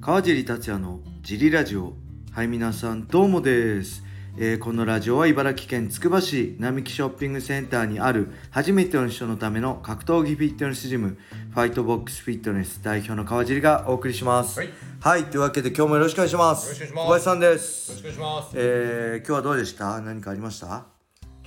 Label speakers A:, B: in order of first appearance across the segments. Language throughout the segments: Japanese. A: 川尻達也のジリラジオはい皆さんどうもです、えーこのラジオは茨城県つくば市並木ショッピングセンターにある初めての人のための格闘技フィットネスジムファイトボックスフィットネス代表の川尻がお送りします
B: はい、
A: というわけで今日もよろしくお願いします
B: よろしくお
A: 小
B: 願い
A: 林
B: します
A: さんで
B: よろし
A: す
B: くお願いします。
A: えー、今日はどうでした何かありました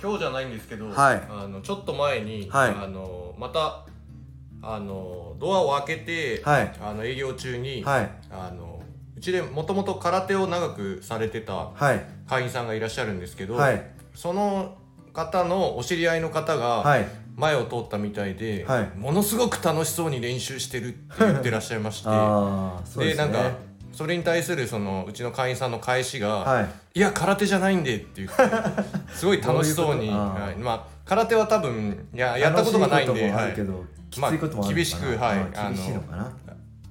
B: 今日じゃないんですけど、
A: はい
B: あのちょっと前に、
A: はい
B: あのまたあのドアを開けて、
A: はい
B: あの営業中に、
A: はい
B: あのうちでもともと空手を長くされてた
A: はい
B: 会員さんがいらっしゃるんですけど、
A: はい
B: その方のお知り合いの方が、
A: はい
B: 前を通ったみたいで、
A: はい
B: ものすごく楽しそうに練習してるって言ってらっしゃいまして
A: ああそうで
B: です
A: ね
B: なんかそれに対するそのうちの会員さんの返しが、
A: はい
B: いや空手じゃないんでって 言ってすごい楽しそう
A: どうい
B: に
A: うことあー
B: はいまあ、空手は多分いややったことがないんで
A: 楽しいこともあ
B: は
A: るけ
B: い
A: ど、きついこともあるのかな
B: まあ厳しくはい
A: まあ厳しいのかな、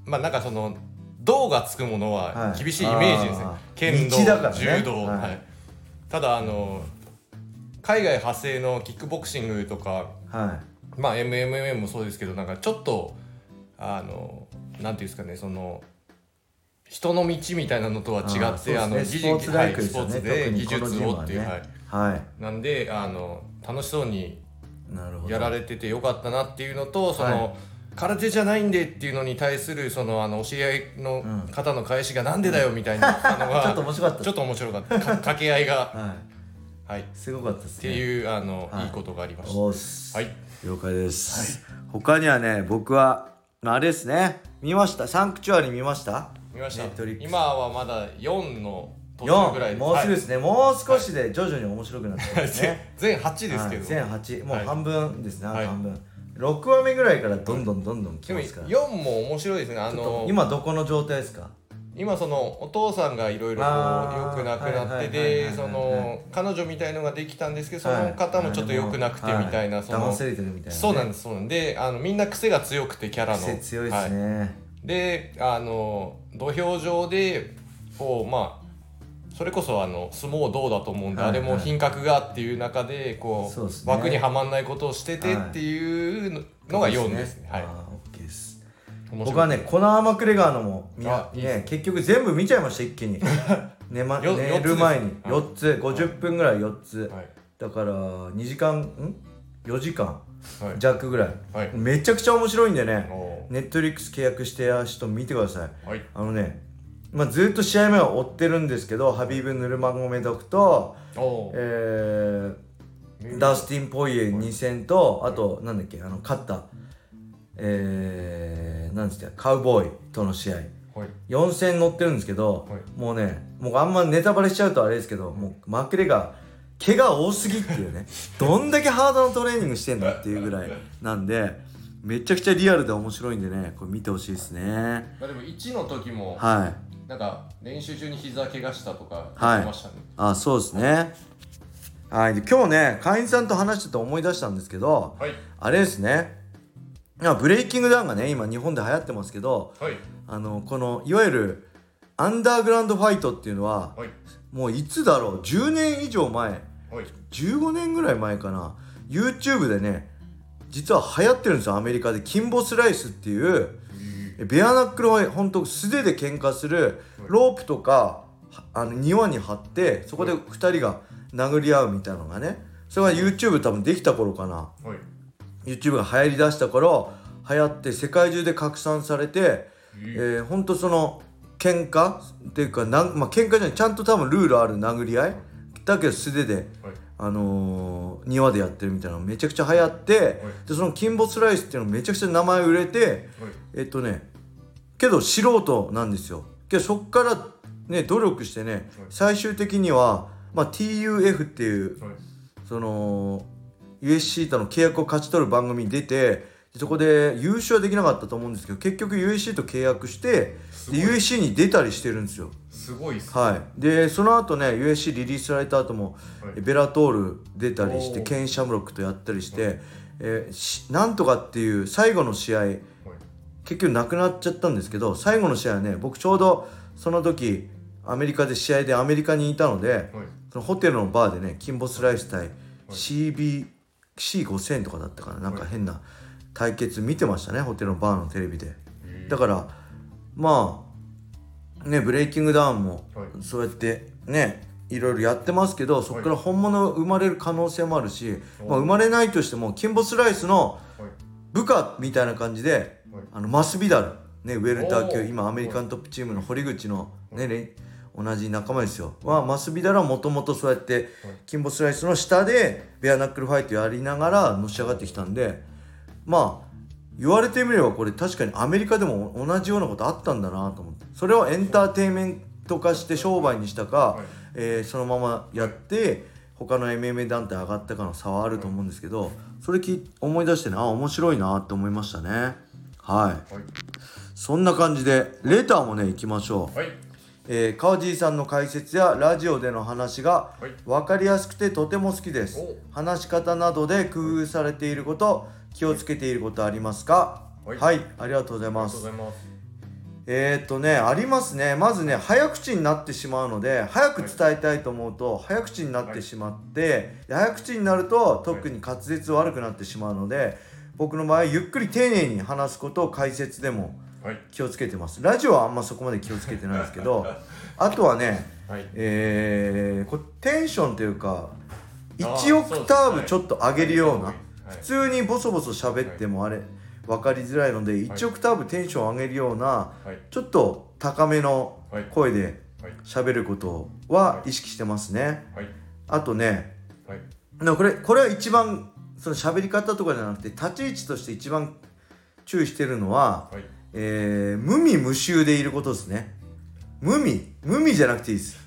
B: まあなんかその銅がつくものは
A: はい
B: 厳しいイメージですね、
A: あー
B: 剣道、
A: 道だからね
B: 柔道、
A: はい
B: はいただあの海外派生のキックボクシングとか
A: は
B: まあ MMM もそうですけどなんかちょっとあのなんていうんですかねその人の道みたいなのとは違って
A: あーそうですね
B: あの技
A: ス
B: 術
A: ポーツライクです
B: は
A: よ
B: い
A: ね
B: スポーツで技
A: 特に
B: 術
A: この
B: をっていう、
A: ジムはね
B: はい、
A: いは
B: なんであの楽しそうに
A: いなるほど
B: やられててよかったなっていうのとその、
A: はい
B: 空手じゃないんでっていうのに対するそのあのお知り合いの
A: うん
B: 方の返しがなんでだよみたいなの が、
A: ちょっと面白かった
B: ちょっと面白かったか 掛け合いが、
A: はい
B: はい、っ
A: すごかったです
B: て
A: ねう
B: いうあの、
A: はい
B: い、いことがありました。
A: おっす、
B: はい、
A: 了解です、他にはね僕はあれですね見ましたサンクチュアリ見ました
B: 見ました
A: ネットリックス
B: 今はまだ4の途中ぐら
A: 4
B: いです
A: もうすぐで
B: はい
A: すね、もう少しで徐々に面白くなってきますね
B: 全8ですけど、
A: はい、全8もう半分ですね、
B: はい
A: あと半分6話目ぐらいからどんどんどんどん来
B: でも
A: ますから、
B: 4も面白いですねあ
A: ちょっと
B: の
A: 今どこの状態ですか
B: 今そのお父さんがいろいろこう
A: あ
B: 良
A: ー
B: くなく
A: は
B: なっ
A: いはいはいはい
B: て
A: は
B: で
A: い
B: その彼女みたいのができたんですけどその方もちょっと良くなくてみたいな
A: はい
B: その
A: 騙されてるみたいなね、
B: そうなんですそうなんですであのみんな癖が強くてキャラの
A: 癖強いです
B: は
A: ね、
B: いであの土俵上でこうまあそれこそあの相撲どうだと思うんで、
A: はいはい
B: あれも品格がっていう中でこう
A: そうですね
B: 枠にはまんないことをしててっていうのが4ですね。はい
A: あ、ーオッケーです
B: 面白い
A: 僕はね、コナー・マクレガーのも見や
B: あいいです
A: ね、結局全部見ちゃいました、一気 に。寝ま、
B: よ
A: 寝
B: 四つで
A: る
B: す
A: 前に
B: はい
A: 4つ、50分ぐらい4つ。
B: はい
A: だから、2時間、ん ?4 時間
B: はい
A: 弱ぐらい,、
B: はい
A: めちゃくちゃ面白いんでね、
B: お
A: ネットリックス契約してや人見てください。
B: ーはい
A: あのね、まあ、ずっと試合前は追ってるんですけど、ハビーブ・ヌルマゴメドクと、
B: おー
A: えー、ダスティン・ポイエ2戦と、あと、なんだっけ、あの、勝った、えー、なんですか、カウボーイとの試合。
B: はい
A: 4戦乗ってるんですけど、
B: はい
A: もうね、もうあんまネタバレしちゃうとあれですけど、もうマクレが、怪我多すぎっていう ね、どんだけハードなトレーニングしてんだっていうぐらいなんで、めちゃくちゃリアルで面白いんでね、これ見てほしいですね。
B: まあでも1の時も
A: はい。
B: なんか練習中に膝怪我したとか
A: はい
B: 言ってましたね。
A: あそうですねはいで今日ね会員さんと話してて思い出したんですけど、
B: はい
A: あれですねあブレイキングダウンがね今日本で流行ってますけど
B: はい
A: あのこのいわゆるアンダーグラウンドファイトっていうのは
B: はい
A: もういつだろう10年以上前
B: はい
A: 15年ぐらい前かな YouTube でね実は流行ってるんですよアメリカでキンボスライスっていうベアナックルは本当素手で喧嘩するロープとかはあの庭に張ってそこで2人が殴り合うみたいなのがねそれが YouTube 多分できた頃かな
B: はい
A: YouTube が流行りだした頃流行って世界中で拡散されて、えー、ほんとその喧嘩っていうかなん、まあ、喧嘩じゃないちゃんと多分ルールある殴り合いだけど素手で
B: はい
A: あのー庭でやってるみたいなのめちゃくちゃ流行って、でその金ボスライスっていうのめちゃくちゃ名前売れてえっとねけど素人なんですよけどそっからね努力してね最終的には、まあ、TUF っていう
B: はい
A: その USC との契約を勝ち取る番組に出てでそこで優勝はできなかったと思うんですけど結局 USC と契約して
B: すご
A: で
B: い
A: USC に出たりしてるんですよ。
B: すごいっすね。
A: はい、でその後ね USC リリースされた後も、
B: はい
A: ベラトール出たりして
B: おー
A: ケン・シャムロックとやったりして、えーしなんとかっていう最後の試合
B: はい
A: 結局なくなっちゃったんですけど最後の試合はね僕ちょうどその時アメリカで試合でアメリカにいたので
B: はい
A: そのホテルのバーでねキンボスライス対 CBC5000 とかだったかななんか変な対決見てましたねホテルのバーのテレビでだからまあねブレイキングダウンも
B: はい
A: そうやってねいろいろやってますけどそこから本物生まれる可能性もあるし、まあ、生まれないとしてもキンボスライスの部下みたいな感じで
B: はい
A: あのマスビダル、ね、ウェルター級
B: おー
A: 今アメリカントップチームの堀口の、ねレイ同じ仲間ですよはマスビダルはもともとそうやってキンボスライスの下でベアナックルファイトやりながらのし上がってきたんでまあ言われてみればこれ確かにアメリカでも同じようなことあったんだなと思ってそれをエンターテインメント化して商売にしたか、
B: はい
A: えーそのままやって他の MMA 団体上がったかの差はあると思うんですけどそれき思い出してねあ面白いなって思いましたねはい
B: はい
A: そんな感じでレターもね行きましょう、
B: はい
A: えー、川尻さんの解説やラジオでの話が
B: はい
A: 分かりやすくてとても好きです
B: お
A: 話し方などで工夫されていること気をつけていることありますか
B: はい
A: はい、ありがとうござい
B: ありが
A: ま
B: とう
A: す
B: ございます
A: えー、っとねありますねまずね早口になってしまうので早く伝えたいと思うと、早口になってしまって、で早口になると特に滑舌悪くなってしまうので、僕の場合ゆっくり丁寧に話すことを解説でも
B: はい
A: 気をつけてますラジオはあんまそこまで気をつけてないですけ どあとはね
B: はい
A: えー、こうテンションというか
B: あー
A: 1オクターブちょっと上げるような
B: はい
A: 普通にボソボソ喋ってもあれ分かりづらいので1オクターブテンション上げるような
B: はい
A: ちょっと高めの
B: はい
A: 声で
B: はい
A: 喋ることは意識してますね。
B: はい
A: あとね
B: はい
A: でもこれこれは一番その喋り方とかじゃなくて立ち位置として一番注意してるのは、
B: はい
A: えー無味無臭でいることですね無味無味じゃなくていいです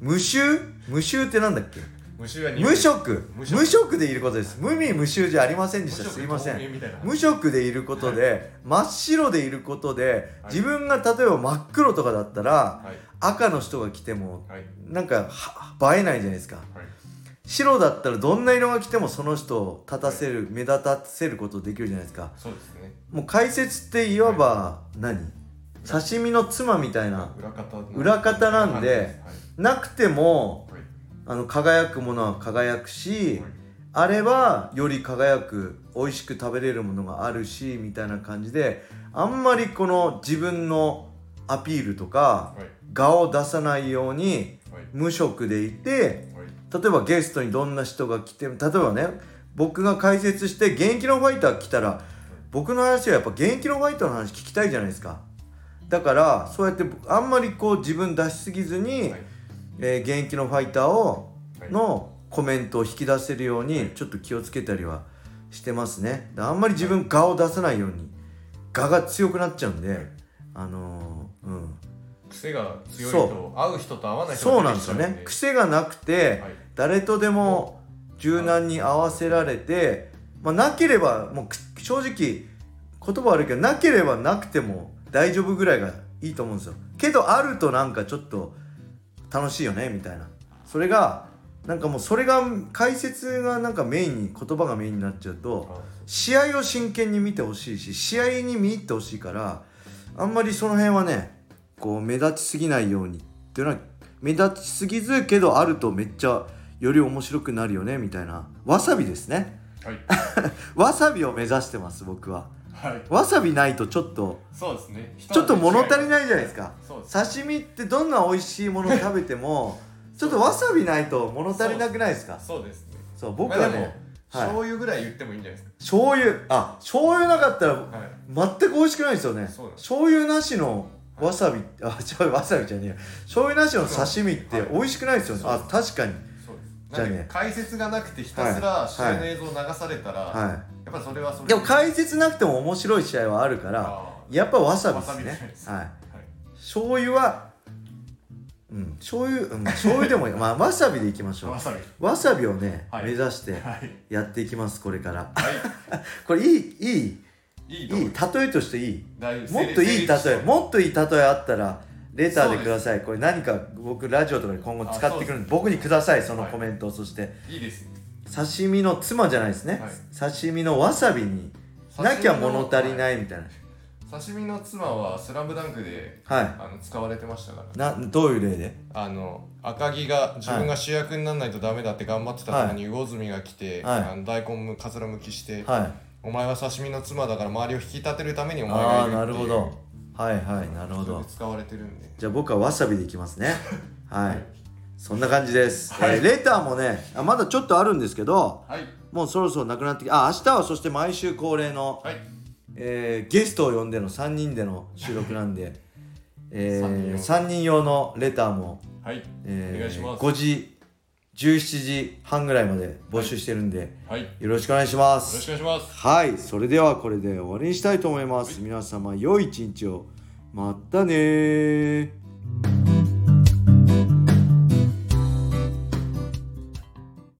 A: 無臭無臭ってなんだっけ
B: 無臭は匂い
A: 無色無
B: 無
A: 色
B: 色
A: でいることです無味無臭じゃありませんで
B: 無
A: した
B: 色
A: すいませ
B: 透
A: ん
B: 明みたいな
A: 無色でいることで真っ白でいることで
B: はい
A: 自分が例えば真っ黒とかだったら
B: はい
A: 赤の人が来ても
B: はい
A: なんかは映えないじゃないですか
B: はい
A: 白だったらどんな色が来てもその人を立たせる目立たせることできるじゃないですか
B: そうですね
A: もう解説っていわば何刺身の妻みたいな
B: 裏方の
A: 裏方なんで
B: はい
A: なくても
B: はい
A: あの輝くものは輝くし
B: はい
A: あればより輝く美味しく食べれるものがあるしみたいな感じであんまりこの自分のアピールとか
B: はい
A: 我を出さないように
B: はい
A: 無色でいて
B: はい
A: 例えばゲストにどんな人が来て例えばね僕が解説して現役のファイター来たら僕の話はやっぱ現役のファイターの話聞きたいじゃないですかだからそうやってあんまりこう自分出しすぎずに、
B: はい
A: えー現役のファイターを
B: はい
A: のコメントを引き出せるようにちょっと気をつけたりはしてますねであんまり自分我を出さないように我が強くなっちゃうんで
B: い
A: あのーうん
B: 癖が強い
A: そ
B: と合う人と合わない人
A: そう
B: が
A: なん
B: 出
A: で
B: てき
A: す
B: ちゃ
A: よ
B: う
A: ね癖がなくて
B: はい
A: 誰とでも柔軟に合わせられてまあなければもうく正直言葉悪いけどなければなくても大丈夫ぐらいがいいと思うんですよけどあるとなんかちょっと楽しいよねみたいなそれがなんかもうそれが解説がなんかメインに言葉がメインになっちゃうと
B: あ
A: 試合を真剣に見てほしいし試合に見入ってほしいからあんまりその辺はねこう目立ちすぎないようにっていうのは目立ちすぎずけどあるとめっちゃより面白くなるよねみたいなわさびですね
B: はい
A: わさびを目指してます僕は
B: はい
A: わさびないとちょっと
B: そうですね人
A: ちょっと物足り
B: い
A: ないじゃないですか
B: そうです
A: 刺身ってどんな美味しいものを食べて もちょっとわさびないと物足りなくないですか
B: そうですね
A: そう僕はね、
B: まあでも
A: はい、
B: 醤油ぐらい言ってもいいんじゃないです
A: 醤油あ醤油なかったら
B: かはい
A: 全く美味しくないですよね
B: そうなんです
A: 醤油なしのわさびあ違うわさびじゃねえよ醤油なしの刺身って美味しくないですよね
B: そう
A: あ確かに
B: そうです
A: じゃあね
B: なんか解説がなくてひたすら試合の映像を流されたら、
A: は
B: やっぱりそれはそれ
A: いでも解説なくても面白い試合はあるから
B: あー
A: やっぱわさびです
B: わさび
A: ね
B: です
A: はい
B: はい
A: 醤油はうん醤油、うん、醤油でもいいまあわさびでいきましょ
B: わ
A: う
B: さび
A: わさびをね、
B: はい
A: 目指して
B: はい
A: やっていきますこれから
B: は
A: これいいいい
B: いい
A: い
B: い
A: い
B: と思う
A: 例えとしていい
B: 大丈夫です
A: もっといい例
B: 成
A: え
B: 立
A: もっといい例えあったらレターでくださいこれ何か僕ラジオとかで今後使ってくるんで僕にくださいその
B: はい
A: コメントをそして
B: いいですね
A: 刺身の妻じゃないですね、
B: はい
A: 刺身のわさびになきゃ物足りないみたいな
B: 刺身の妻は「スラムダンクで
A: は
B: あの使われてましたから
A: いなどういう例で
B: あの赤城が自分が主役にならないとダメだって頑張ってた時に魚住が来て、
A: はい
B: あの大根むかつらむきして、
A: はい
B: お前は刺身の妻だから周りを引き立てるためにお前
A: あ
B: が
A: あ
B: いる
A: な
B: って
A: る
B: いう
A: ほどはいはいなるほ
B: それ
A: ど
B: で使われてるんで
A: じゃあ僕はわさびでいきますねはいそんな感じです、
B: はい
A: えーレターもねあまだちょっとあるんですけど
B: はい
A: もうそろそろなくなってきあ明日はそして毎週恒例の、
B: はい
A: えーゲストを呼んでの3人での収録なんで、 えー、
B: 三人用
A: 3人用のレターも
B: はい、
A: えー
B: お願いします
A: 5時17時半ぐらいまで募集してるんで、
B: はいよ
A: よろしくお願いしま
B: ろし
A: す
B: くお願いします
A: はいそれではこれで終わりにしたいと思います皆様良い一日をまたねー